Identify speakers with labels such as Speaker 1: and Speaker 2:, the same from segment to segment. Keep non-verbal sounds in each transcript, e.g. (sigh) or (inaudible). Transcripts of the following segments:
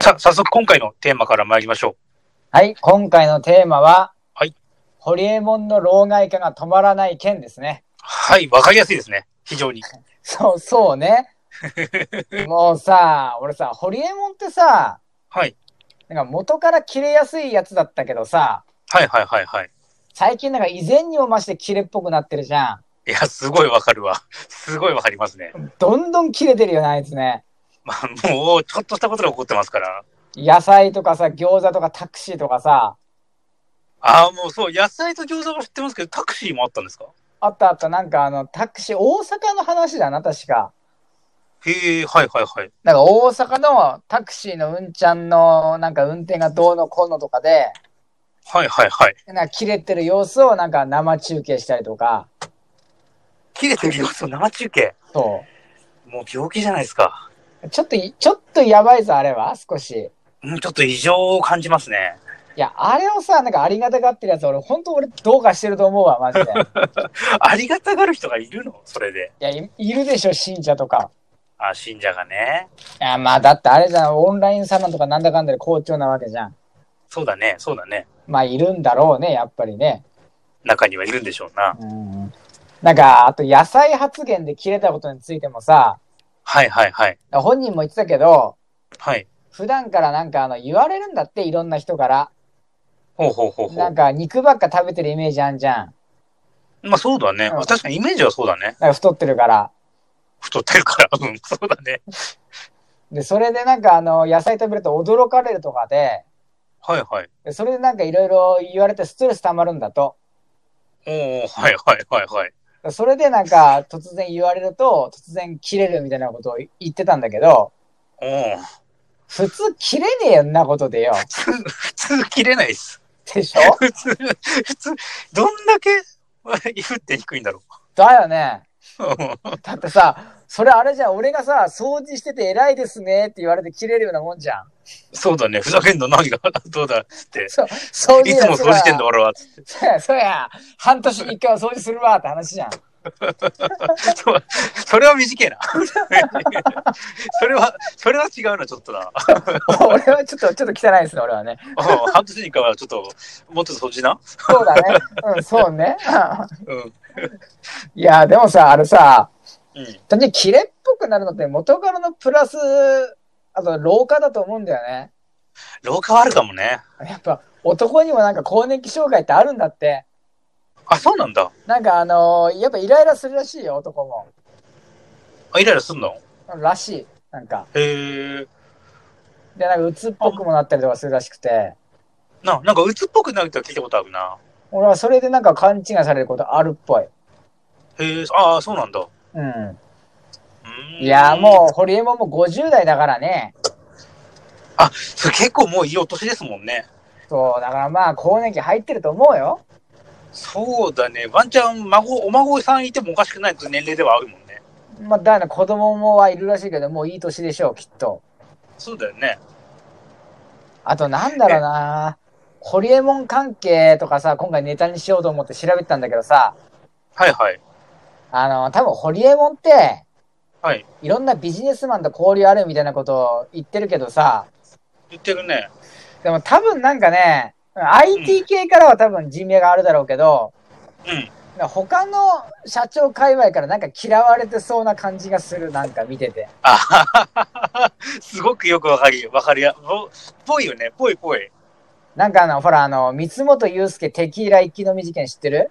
Speaker 1: さ、早速今回のテーマから参りましょ
Speaker 2: はい、今回のテーマは、
Speaker 1: はい
Speaker 2: ホリエモンの老害化が止まらない件ですね。
Speaker 1: う。はい、わかりやすいですね。非常に。
Speaker 2: そう、そ
Speaker 1: (laughs)
Speaker 2: うね。もうさ、俺さ、ホリエモンってさ、
Speaker 1: はい。
Speaker 2: なんか元から切れやすいやつだったけどさ、
Speaker 1: はいはいはいはい。
Speaker 2: 最近なんか以前にも増して切れっぽくなってるじゃ
Speaker 1: いや、すごいわかるわ。すごいわかりますね。
Speaker 2: ん。どんどん切れてるよな、あいつね。
Speaker 1: まあ、もう、ちょっとしたことが起こってますから。
Speaker 2: 野菜とかさ、餃子とかタクシーとかさ、
Speaker 1: ああ、もうそう、野菜と餃子は知ってますけど、タクシーもあったんですか
Speaker 2: あったあった、なんかあの、タクシー、大阪の話だな、確か。
Speaker 1: へえ、はいはいはい。
Speaker 2: なんか大阪のタクシーのうんちゃんの、なんか運転がどうのこうのとかで、
Speaker 1: はいはいはい。
Speaker 2: なんか切れてる様子をなんか生中継したりとか、
Speaker 1: 切れてる様子の生中継。
Speaker 2: そ
Speaker 1: もう病気じゃないですか。
Speaker 2: う。ちょっとい、ちょっとやばいぞ、あれは、少し。
Speaker 1: うん、ちょっと異常を感じますね。
Speaker 2: いや、あれをさ、なんかありがたがってるやつ、俺、ほんと俺、どうかしてると思うわ、マジで。
Speaker 1: ありがたがる人がいるのそれで。
Speaker 2: いや、いいるでしょ、信者とか。
Speaker 1: あ、信者がね。
Speaker 2: いや、まあ、だってあれじゃん、オンラインサロンとかなんだかんだで好調なわけじゃん。
Speaker 1: そうだね、そうだね。
Speaker 2: まあ、いるんだろうね、やっぱりね。
Speaker 1: 中にはいるんでしょうな。
Speaker 2: うん。なんか、あと、野菜発言で切れたことについてもさ、
Speaker 1: はいはいはい。
Speaker 2: 本人も言ってたけど、
Speaker 1: はい。
Speaker 2: 普段からなんかあの言われるんだっていろんな人から
Speaker 1: ほうほうほうほ
Speaker 2: なん
Speaker 1: う。
Speaker 2: か肉ばっか食べてるイメージあんじゃん
Speaker 1: まあそうだね。
Speaker 2: うん
Speaker 1: 確かにイメージはそうだね。 (laughs)
Speaker 2: なんか太ってるから
Speaker 1: 太ってるから。うん、そうだね。
Speaker 2: でそれでなんかあの野菜食べると驚かれるとかで
Speaker 1: はいはい。
Speaker 2: でそれでなんかいろいろ言われてストレス溜まるんだと
Speaker 1: おおはいはいはいはい。
Speaker 2: それでなんか突然言われると突然切れるみたいなことを言ってたんだけど
Speaker 1: おお
Speaker 2: 普通切れねえよんなことでよ
Speaker 1: 普通、普通切れないです。
Speaker 2: でしょ
Speaker 1: 普通、普通、どんだけ、 (laughs) ふって低いんだろ
Speaker 2: だよね
Speaker 1: う。うん (laughs)
Speaker 2: だってさそれあれじゃん俺がさ掃除してて偉いですねって言われて切れるようなもんじゃん
Speaker 1: そうだね。ふざけんの何が、 (laughs) どうだっつって。
Speaker 2: そう掃除
Speaker 1: いつも掃除してんだ俺は。つって
Speaker 2: そうや、そうや、半年に一回は掃除するわって話じゃん。
Speaker 1: そうそれは短いな。 (laughs) それは、それは違うな、ちょっとな。 (laughs)
Speaker 2: 俺はちょっと、ちょっと汚いですね、俺はね。
Speaker 1: うん半年に一回はちょっと、もうちょっと掃除な。
Speaker 2: そうだね。うん、そうね。
Speaker 1: うん。
Speaker 2: いや、でもさ、あれさ、
Speaker 1: うん。
Speaker 2: 単純にキレっぽくなるのって元からのプラス、あと老化だと思うんだよね。
Speaker 1: 廊下はあるかもね。
Speaker 2: やっぱ男にもなんか更年期障害ってあるんだって。
Speaker 1: あ、そうなんだ。
Speaker 2: なんかあのーやっぱイライラするらしいよ、男も。
Speaker 1: あ、イライラすんの
Speaker 2: らしい。なんか。
Speaker 1: へえ。
Speaker 2: で、なんか鬱っぽくもなったりとかするらしくて。
Speaker 1: な、なんか鬱っぽくなるとは聞いたことあるな。
Speaker 2: 俺はそれでなんか勘違いされることあるっぽい。
Speaker 1: へえ、ああ、そうなんだ。う
Speaker 2: うん。
Speaker 1: ーん
Speaker 2: いやーもう、ホリエモンも50代だからね。
Speaker 1: それ結構もういいお年ですもんね。
Speaker 2: そう、だからまあ、更年期入ってると思うよ。
Speaker 1: そうだね。ワンちゃん、孫、お孫さんいてもおかしくない年齢ではあるもんね。
Speaker 2: まあ、だから子供もはいるらしいけど、もういい年でしょう、きっと。
Speaker 1: そうだよね。
Speaker 2: あと、なんだろうなホリエモン関係とかさ、今回ネタにしようと思って調べてたんだけどさ、
Speaker 1: はいはい。
Speaker 2: あの、多分ホリエモンって、
Speaker 1: はい。
Speaker 2: いろんなビジネスマンと交流あるみたいなことを言ってるけどさ、
Speaker 1: 言ってるね。
Speaker 2: でも多分なんかね、IT 系からは多分人命があるだろうけど、
Speaker 1: うん。
Speaker 2: 他の社長界隈からなんか嫌われてそうな感じがする、なんか見てて。
Speaker 1: あははははすごくよくわかり、わかりや、ぽぽいよね。ぽいぽい。
Speaker 2: なんかあの、ほら、あの、三本祐介テキーラ一気飲み事件知ってる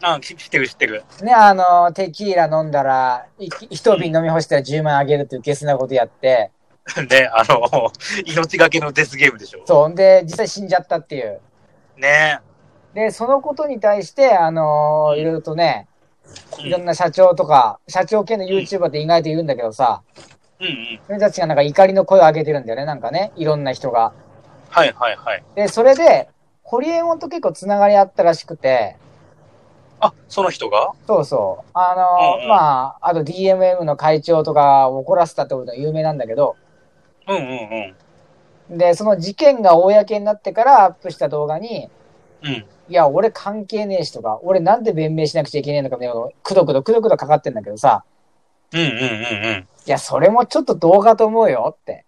Speaker 1: あ、き知ってる知ってる。 (laughs)
Speaker 2: ね、あの、テキーラ飲んだら、い一瓶飲み干したら10万あげるっていうゲスなことやって、
Speaker 1: ね、あの、 (laughs) 命がけのデスゲームでしょ。
Speaker 2: そう、んで、実際死んじゃったっていう。
Speaker 1: ね
Speaker 2: で、そのことに対して、あのいろいろとね、
Speaker 1: うん
Speaker 2: いろんな社長とか、社長系の YouTuber って意外と言うんだけどさ、
Speaker 1: うんうん。
Speaker 2: それたちがなんか怒りの声を上げてるんだよね、なんかね、いろんな人が。
Speaker 1: はいはいはい。
Speaker 2: で、それで、ホリエモンと結構つながりあったらしくて、
Speaker 1: あ、その人が
Speaker 2: そうそう。あの、
Speaker 1: うんうん
Speaker 2: まあ、あと DMM の会長とかを怒らせたってことが有名なんだけど、
Speaker 1: うんうんうん。
Speaker 2: で、その事件が公になってからアップした動画に、
Speaker 1: うん。
Speaker 2: いや、俺関係ねえしとか、俺なんで弁明しなくちゃいけねえのかみたいなこと、くどくどくどくどかかってんだけどさ、
Speaker 1: うんうんうんうん。
Speaker 2: いや、それもちょっと動画と思うよって。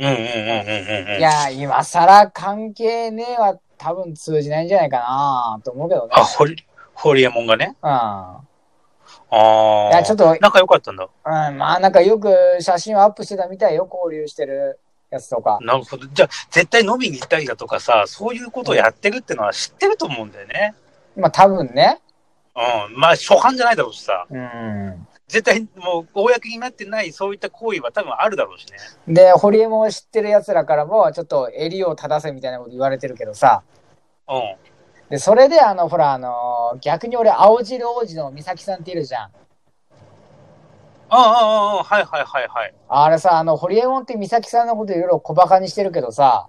Speaker 1: ううんうんうんうんうん。
Speaker 2: いや、今更関係ねえは多分通じないんじゃないかなと思うけどね。
Speaker 1: あ、ホリ、ホリエモンがね。
Speaker 2: う
Speaker 1: ああ。
Speaker 2: ん。いや、ちょっと、うん、
Speaker 1: 仲良かったんだ。
Speaker 2: まあなんかよく写真をアップしてたみたいよ、交流してるやつとか。
Speaker 1: なるほど。じゃあ、絶対飲みに行ったりだとかさ、そういうことをやってるってのは知ってると思うんだよね。
Speaker 2: まあ多分ね。
Speaker 1: うん。まあ、初犯じゃないだろうしさ。
Speaker 2: うん。
Speaker 1: 絶対、もう、公になってない、そういった行為は多分あるだろうしね。
Speaker 2: で、ホリエモンを知ってる奴らからも、ちょっと襟を正せみたいなこと言われてるけどさ。
Speaker 1: う
Speaker 2: で、それで、あの、ほら、あのー逆に俺、青汁王子の美咲さんっているじゃ
Speaker 1: ん。
Speaker 2: ん。
Speaker 1: ああ、ああ、ああはいはいはいはい。
Speaker 2: あれさ、あの、ホリエモンって美咲さんのこといろいろ小馬鹿にしてるけどさ、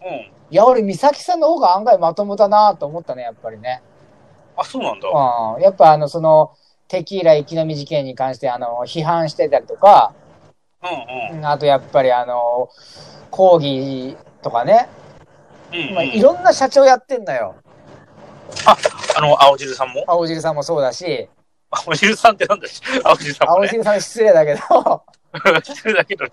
Speaker 1: うん。
Speaker 2: いや、俺、美咲さんの方が案外まともだなと思ったね、やっぱりね。
Speaker 1: あ、そうなんだ。
Speaker 2: うん。やっぱ、あの、その、テキーラ生き延び事件に関して、あの、批判してたりとか、
Speaker 1: うんう。
Speaker 2: うんんあと、やっぱり、あの、抗議とかね、
Speaker 1: うん、
Speaker 2: まあ、
Speaker 1: う
Speaker 2: い
Speaker 1: ん。
Speaker 2: ろんな社長やってんだよ。
Speaker 1: あの、青汁さんも
Speaker 2: 青汁さんもそうだし、
Speaker 1: 青汁さんってなんだし。青汁さんも
Speaker 2: 青
Speaker 1: ね。
Speaker 2: 汁さん失礼だけど、
Speaker 1: (laughs) 失礼だけどね。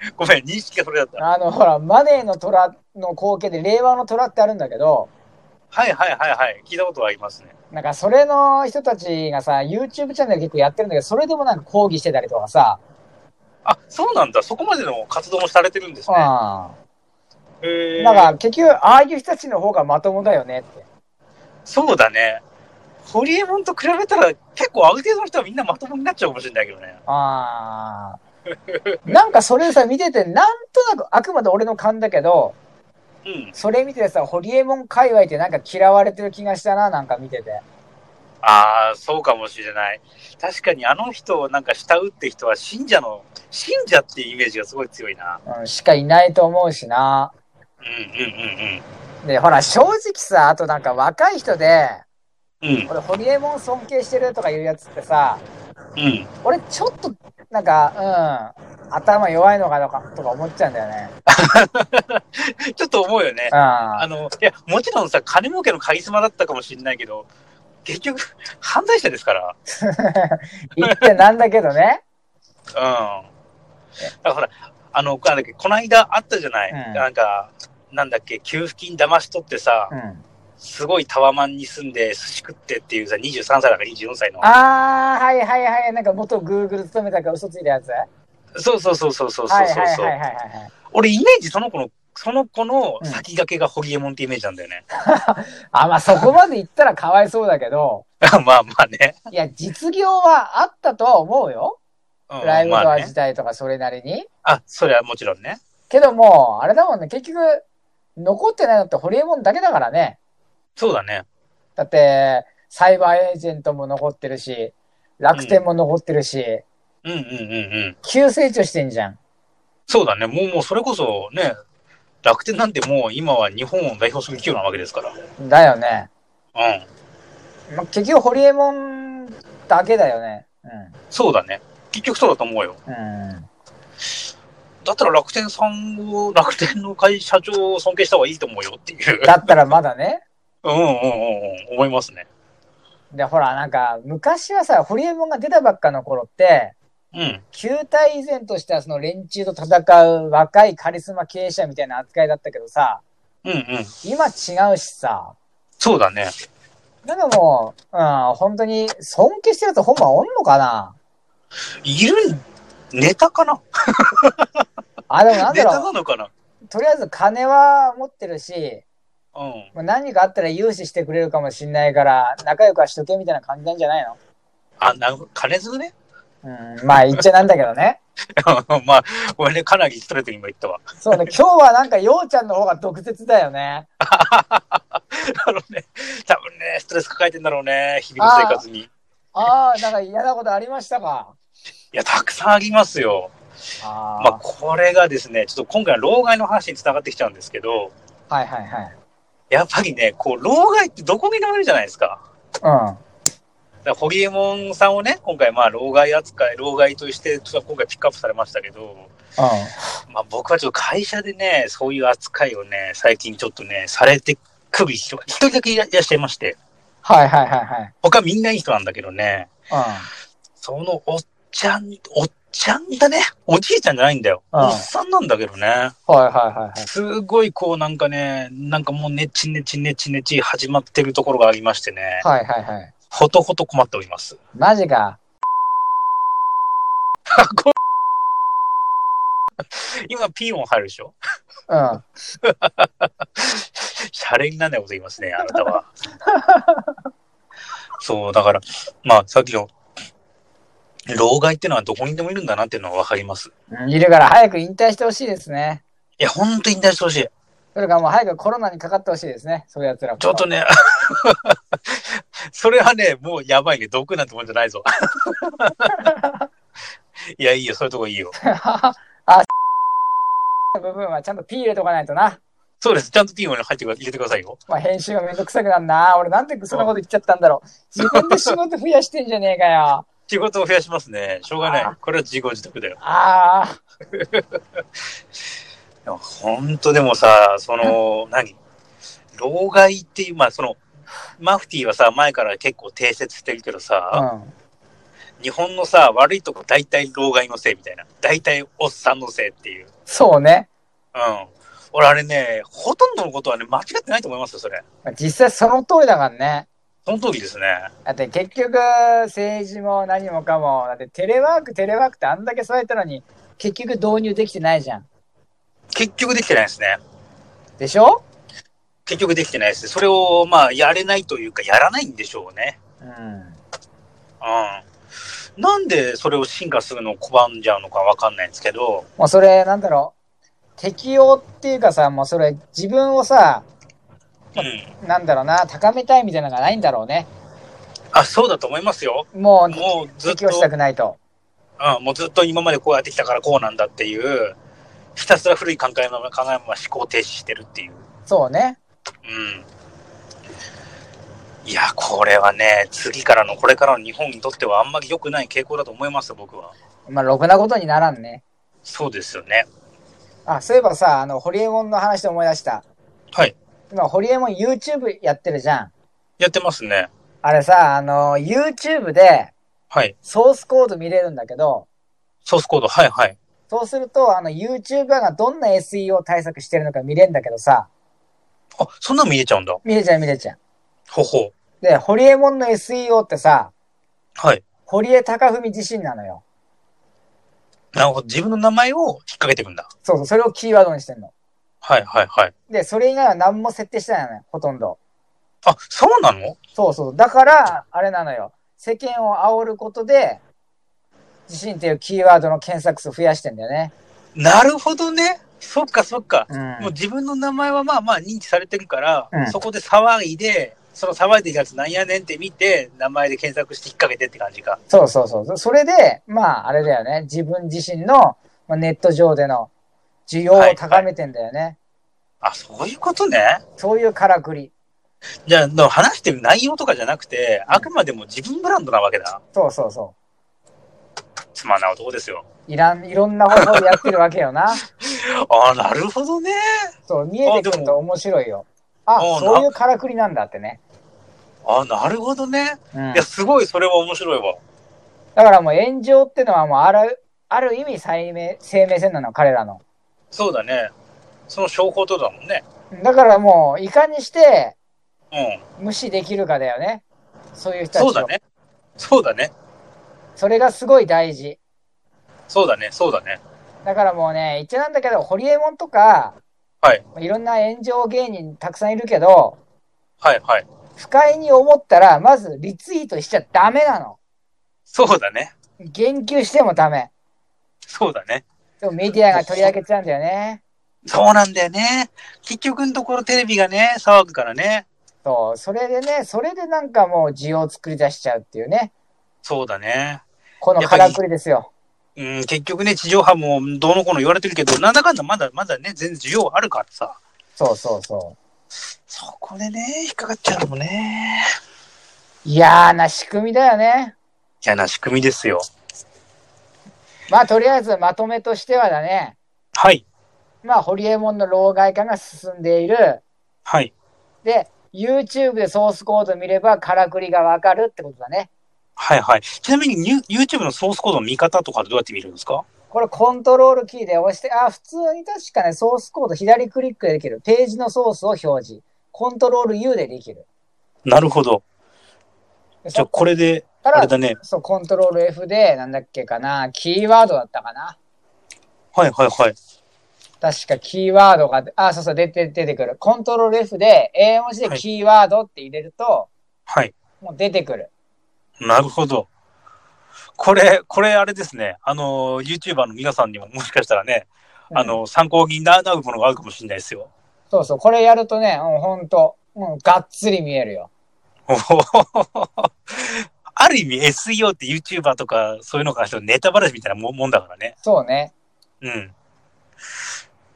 Speaker 2: うん
Speaker 1: ごめん、認識がそれだった。
Speaker 2: あの、ほら、マネーの虎の光景で令和の虎ってあるんだけど、
Speaker 1: はいはいはいはい。聞いたことはありますね。
Speaker 2: なんかそれの人たちがさ、YouTube チャンネル結構やってるんだけど、それでもなんか抗議してたりとかさ、
Speaker 1: あ、そうなんだ。そこまでの活動もされてるんです
Speaker 2: う
Speaker 1: ね。
Speaker 2: ん。
Speaker 1: へー
Speaker 2: だから結局、ああいう人たちの方がまともだよねって。
Speaker 1: そうだね。ホリエモンと比べたら結構ある程度の人はみんなまともになっちゃうかもしれないけどね。
Speaker 2: ああ。なんかそれさ、見てて、なんとなく、あくまで俺の勘だけど、
Speaker 1: うん。
Speaker 2: それ見ててさ、ホリエモン界隈ってなんか嫌われてる気がしたな、なんか見てて。
Speaker 1: ああ、そうかもしれない。確かにあの人をなんか慕うって人は信者の、信者っていうイメージがすごい強いな。
Speaker 2: うん、しかいないと思うしな。
Speaker 1: うんうん
Speaker 2: で、ほら、正直さ、あとなんか若い人で、
Speaker 1: うんうん。
Speaker 2: 俺、ホリエモン尊敬してるとか言うやつってさ、
Speaker 1: うん。うん。
Speaker 2: 俺、ちょっと、なんか、うん、頭弱いのかとか、とか思っちゃうんだよね。
Speaker 1: ちょっと思うよね。あ (laughs)
Speaker 2: う
Speaker 1: の、いや、もちろんさ、金儲けのカリスマだったかもしれないけど、結局、犯罪者ですから。
Speaker 2: ん。言ってなんだけどね。
Speaker 1: うん。だからほら、あの、なんだっけ、この間あったじゃない、
Speaker 2: うん
Speaker 1: なんか、なんだっけ、給付金騙し取ってさ、 (laughs)
Speaker 2: うん。
Speaker 1: すごいタワマンに住んで寿司食ってっていうさ、23歳だから24歳の。
Speaker 2: あー、はいはいはい。なんか元グーグル勤めたから嘘ついたやつ
Speaker 1: そうそうそうそうそうそ
Speaker 2: は
Speaker 1: う
Speaker 2: いはい
Speaker 1: そう。
Speaker 2: はいはいはい。
Speaker 1: 俺イメージその子の、その子の先駆けがホリエモンってイメージなんだよね。 (laughs)
Speaker 2: あ、まあそこまで言ったらかわいそうだけど、
Speaker 1: まあまあね。
Speaker 2: いや、実業はあったとは思うよ。
Speaker 1: うん
Speaker 2: ライブド
Speaker 1: まあ
Speaker 2: ア
Speaker 1: ね
Speaker 2: 自。体とかそれなりに。
Speaker 1: あ、それはもちろんね。
Speaker 2: けどもう、あれだもんね、結局、残ってないのってホリエモンだけだからね。
Speaker 1: そうだね。
Speaker 2: だって、サイバーエージェントも残ってるし、楽天も残ってるし、
Speaker 1: うんうんうんうん。
Speaker 2: 急成長してんじゃん。
Speaker 1: そうだね。もうもうそれこそね、楽天なんてもう今は日本を代表する企業なわけですから。
Speaker 2: だよね。
Speaker 1: うん。
Speaker 2: ま結局、ホリエモンだけだよね。
Speaker 1: そうだね。結局そうだと思うよ。
Speaker 2: うん。うん。
Speaker 1: だったら楽天さんを、楽天の会社長を尊敬した方がいいと思うよっていう。
Speaker 2: だったらまだね。
Speaker 1: うんうんうんうん。思いますね。
Speaker 2: で、ほら、なんか、昔はさ、ホリエモンが出たばっかの頃って、
Speaker 1: うん。
Speaker 2: 球体依然としたその連中と戦う若いカリスマ経営者みたいな扱いだったけどさ、
Speaker 1: うんうん。
Speaker 2: 今違うしさ、
Speaker 1: そうだね。
Speaker 2: なんかもう、うん、本当に尊敬してるとほんまおんのかない
Speaker 1: るん、ネタかな
Speaker 2: あ、でもなん
Speaker 1: ネ
Speaker 2: だろ
Speaker 1: タ
Speaker 2: う。
Speaker 1: なのかな
Speaker 2: とりあえず金は持ってるし、
Speaker 1: うん。
Speaker 2: もう何かあったら融資してくれるかもしんないから、仲良くはしとけみたいな感じなんじゃないの
Speaker 1: あ、な、金づね (laughs)
Speaker 2: うん、まあ言っちゃなんだけどね。
Speaker 1: まあ、ごめんね、かなりストレートに今言ったわ。
Speaker 2: そうね、今日はなんかようちゃんの方が毒舌だよね。
Speaker 1: あのね、多分ね、ストレス抱えてんだろうね、日々の生活に。い
Speaker 2: ああ、なんか嫌なことありましたか。
Speaker 1: や、たくさんありますよ。
Speaker 2: あ
Speaker 1: まあ、これがですね、ちょっと今回の老害の話につながってきちゃうんですけど、
Speaker 2: あ、はいはいはい。
Speaker 1: やっぱりね、こう、老害ってどこにでもいるじゃないですか。
Speaker 2: うん。
Speaker 1: だからホリエモンさんをね、今回、まあ、老害扱い、老害として、ちょっと今回ピックアップされましたけど、まあ、僕はちょっと会社でね、そういう扱いをね、最近ちょっとね、されてくる人が一人だけいらっしゃいまして、
Speaker 2: はいはいはいはい。
Speaker 1: 他みんないい人なんだけどね、
Speaker 2: うん。
Speaker 1: そのおっちゃん、おっちゃんだね。おじいちゃんじゃないんだよ。
Speaker 2: うん
Speaker 1: おっさんなんだけどね。
Speaker 2: はいはいはいはい。
Speaker 1: すごいこうなんかね、なんかもうねちねちねちねち始まってるところがありましてね、
Speaker 2: はいはいはい。
Speaker 1: ほとほと困っております。
Speaker 2: マジか。
Speaker 1: 今ピー音入るでしょ
Speaker 2: うん。
Speaker 1: シャレにならないこと言いますね、あなた
Speaker 2: (laughs)
Speaker 1: は。そう、だから、まあさっきの、老害ってのはどこにでもいるんだなっていうのはわかります。
Speaker 2: うんいるから早く引退してほしいですね。
Speaker 1: いや、ほんと引退してほしい。
Speaker 2: それからもう早くコロナにかかってほしいですね。そういうやつらも。
Speaker 1: ちょっとね、 (laughs) それはね、もうやばいね。毒なんてもんじゃない
Speaker 2: (laughs)
Speaker 1: ぞ。いや、いいよ。そういうとこいいよ。
Speaker 2: あ、部分はちゃんとピー入れとかないとな。
Speaker 1: そうです。ちゃんとピーマンに入ってくだ入れてくださいよ。
Speaker 2: まあ、編集がめんどくさくなんな。俺なんでそんなこと言っちゃったんだろう。自分で仕事増やしてんじゃねえかよ。あ
Speaker 1: 仕事を増やしますね。しょうが
Speaker 2: あ
Speaker 1: ない
Speaker 2: ー。
Speaker 1: これは自業自得だよ。
Speaker 2: あ
Speaker 1: でも本当でもさ、その、何老害っていう、まあその、マフティーはさ、前から結構定説してるけどさ、
Speaker 2: ー。うん。
Speaker 1: 日本のさ、悪いとこ大体老害のせいみたいな。大体おっさんのせいっていう。
Speaker 2: そうね。
Speaker 1: うん。俺あれね、ほとんどのことはね、間違ってないと思いますよ、それ。
Speaker 2: まあ実際その通りだからね。
Speaker 1: その通りですね。
Speaker 2: だって結局、政治も何もかも、だってテレワーク、テレワークってあんだけされたのに、結局導入できてないじゃん。
Speaker 1: 結局できてないですね。
Speaker 2: でしょ
Speaker 1: 結局できてないです。それを、まあ、やれないというか、やらないんでしょうね。
Speaker 2: うん。
Speaker 1: うん。なんでそれを進化するのを拒んじゃうのかわかんないんですけど、
Speaker 2: もうそれ、なんだろう。適応っていうかさ、もうそれ、自分をさ、
Speaker 1: うん。
Speaker 2: なんだろうな、高めたいみたいなのがないんだろうね。
Speaker 1: あ、そうだと思いますよ。
Speaker 2: もう、
Speaker 1: もうずっ
Speaker 2: 適
Speaker 1: と、
Speaker 2: 応したくないと。
Speaker 1: うん、もうずっと今までこうやってきたからこうなんだっていう、ひたすら古い考えの考えのまま思考停止してるっていう。
Speaker 2: そうね。
Speaker 1: うん。いや、これはね、次からの、これからの日本にとってはあんまり良くない傾向だと思います、僕は。
Speaker 2: まあ、ろくなことにならんね。
Speaker 1: そうですよね。
Speaker 2: あ、そういえばさ、あの、ホリエモンの話で思い出した。
Speaker 1: はい。
Speaker 2: 今、ホリエモン YouTube やってるじゃん。
Speaker 1: やってますね。
Speaker 2: あれさ、あの、YouTube で
Speaker 1: はい。
Speaker 2: ソースコード見れるんだけど、
Speaker 1: ソースコード、はいはい。
Speaker 2: そうすると、あの、YouTuber がどんな SEO 対策してるのか見れるんだけどさ、
Speaker 1: あ、そんなの見れちゃうんだ。
Speaker 2: 見れちゃう見れちゃう。
Speaker 1: ほほ。
Speaker 2: で、ホリエモンの SEO ってさ、
Speaker 1: はい。
Speaker 2: 堀江貴文自身なのよ。
Speaker 1: なるほど。自分の名前を引っ掛けていくんだ。
Speaker 2: そうそう、それをキーワードにしてんの。
Speaker 1: はいはいはい。
Speaker 2: で、それ以外は何も設定してないのよ、ほとんど。
Speaker 1: あ、そうなの
Speaker 2: そうそう。だから、あれなのよ。世間を煽ることで、自身っていうキーワードの検索数増やしてんだよね。
Speaker 1: なるほどね。そっかそっか。もう
Speaker 2: う
Speaker 1: 自分の名前はまあまあ認知されてるから、
Speaker 2: うん
Speaker 1: そこで騒いで、その騒いでるやつなんやねんって見て、名前で検索して引っ掛けてって感じか。
Speaker 2: そうそうそう。それで、まあ、あれだよね。自分自身の、まあ、ネット上での需要を高めてんだよね。
Speaker 1: あ、そういうことね。
Speaker 2: そういうからくり。
Speaker 1: じゃあ、の話してる内容とかじゃなくて、あくまでも自分ブランドなわけだ。
Speaker 2: そうそうそ
Speaker 1: つまんない男ですよ。
Speaker 2: う。いらん、いろんな方法でやってるわけ
Speaker 1: (laughs)
Speaker 2: よな。
Speaker 1: あなるほどね。
Speaker 2: そう、見えてくると面白いよ。あ
Speaker 1: あでも、あ
Speaker 2: そういうからくりなんだってね。
Speaker 1: あなるほどね。
Speaker 2: うん
Speaker 1: いや、すごい、それは面白いわ。
Speaker 2: だからもう炎上ってのはもうある、ある意味生命、生命線なの、彼らの。
Speaker 1: そうだね。その証拠とだもんね。
Speaker 2: だからもう、いかにして
Speaker 1: うん。
Speaker 2: 無視できるかだよね。そういう人たち
Speaker 1: そ
Speaker 2: を
Speaker 1: うだ。ね。そうだね。
Speaker 2: それがすごい大事。
Speaker 1: そうだね。そうだね。
Speaker 2: だからもうね、一応なんだけど、ホリエモンとか、
Speaker 1: はい。
Speaker 2: いろんな炎上芸人たくさんいるけど、
Speaker 1: はいはい。
Speaker 2: 不快に思ったら、まずリツイートしちゃダメなの。
Speaker 1: そうだね。
Speaker 2: 言及してもダメ。
Speaker 1: そうだね。
Speaker 2: でもメディアが取り上げちゃうんだよね。
Speaker 1: そうなんだよね。結局のところテレビがね、騒ぐからね。
Speaker 2: そう、それでね、それでなんかもう需要を作り出しちゃうっていうね。
Speaker 1: そうだね。
Speaker 2: このからくりですよ。
Speaker 1: うん、結局ね、地上波もどうのこうの言われてるけど、なんだかんだまだまだね、全然需要あるからさ。
Speaker 2: そうそうそ
Speaker 1: そこでね、引っかかっちゃうのもね。
Speaker 2: う。嫌な仕組みだよね。
Speaker 1: 嫌な仕組みですよ。
Speaker 2: まあとりあえずまとめとしてはだね。
Speaker 1: はい。
Speaker 2: まあホリエモンの老害化が進んでいる。
Speaker 1: はい。
Speaker 2: で、YouTube でソースコード見ればからくりがわかるってことだね。
Speaker 1: はいはい。ちなみにニュ YouTube のソースコードの見方とかってどうやって見るんですか
Speaker 2: これコントロールキーで押して、あ、普通に確かね、ソースコード左クリックでできる。ページのソースを表示。コントロール U でできる。
Speaker 1: なるほど。
Speaker 2: で
Speaker 1: じゃあこれで、
Speaker 2: そ
Speaker 1: あ
Speaker 2: っか
Speaker 1: れ
Speaker 2: ら、
Speaker 1: だね。
Speaker 2: そう、コントロール F で、なんだっけかな、キーワードだったかな。
Speaker 1: はいはいはい。
Speaker 2: 確かキーワードが、あ、そうそう、出て、出てくる。コントロール F で、英文字で
Speaker 1: はい
Speaker 2: キーワードって入れると、
Speaker 1: はい。
Speaker 2: もう出てくる。
Speaker 1: なるほど。これ、これあれですね。あの、YouTuber の皆さんにももしかしたらね、
Speaker 2: うん
Speaker 1: あの、参考になるものがあるかもしれないですよ。 (laughs)
Speaker 2: そうそう、これやるとね、うん、ほんと、うん、がっつり見えるよ。
Speaker 1: おーある意味 SEO って YouTuber とかそういうのからしたらネタバラシみたいなももんだからね。
Speaker 2: そうね。
Speaker 1: うん。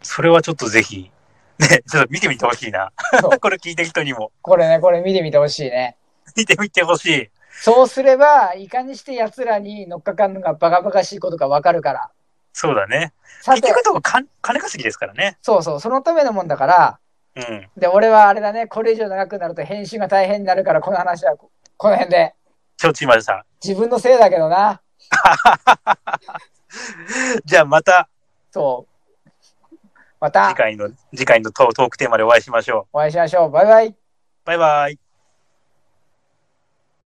Speaker 1: それはちょっとぜひ、ね、ちょっと見てみてほしいな
Speaker 2: そ。
Speaker 1: (laughs) これ聞いてる人にも。
Speaker 2: これね、これ見てみてほしいね。
Speaker 1: 見てみてほしい。
Speaker 2: そうすれば、いかにして奴らに乗っかかるのがバカバカしいことかわかるから。
Speaker 1: そうだね。
Speaker 2: さ
Speaker 1: 結
Speaker 2: て、
Speaker 1: 局とこかん金稼ぎですからね。
Speaker 2: そうそう、そのためのもんだから、
Speaker 1: うん。
Speaker 2: で、俺はあれだね、これ以上長くなると編集が大変になるから、この話はここの辺で。
Speaker 1: 承知しました。
Speaker 2: 自分のせいだけどな。
Speaker 1: じゃあまた
Speaker 2: そう。ま
Speaker 1: 次
Speaker 2: た
Speaker 1: 回の、次回のトートークテーマでお会いしましょう。
Speaker 2: お会いしましょう。バイバイ。
Speaker 1: バイバイ。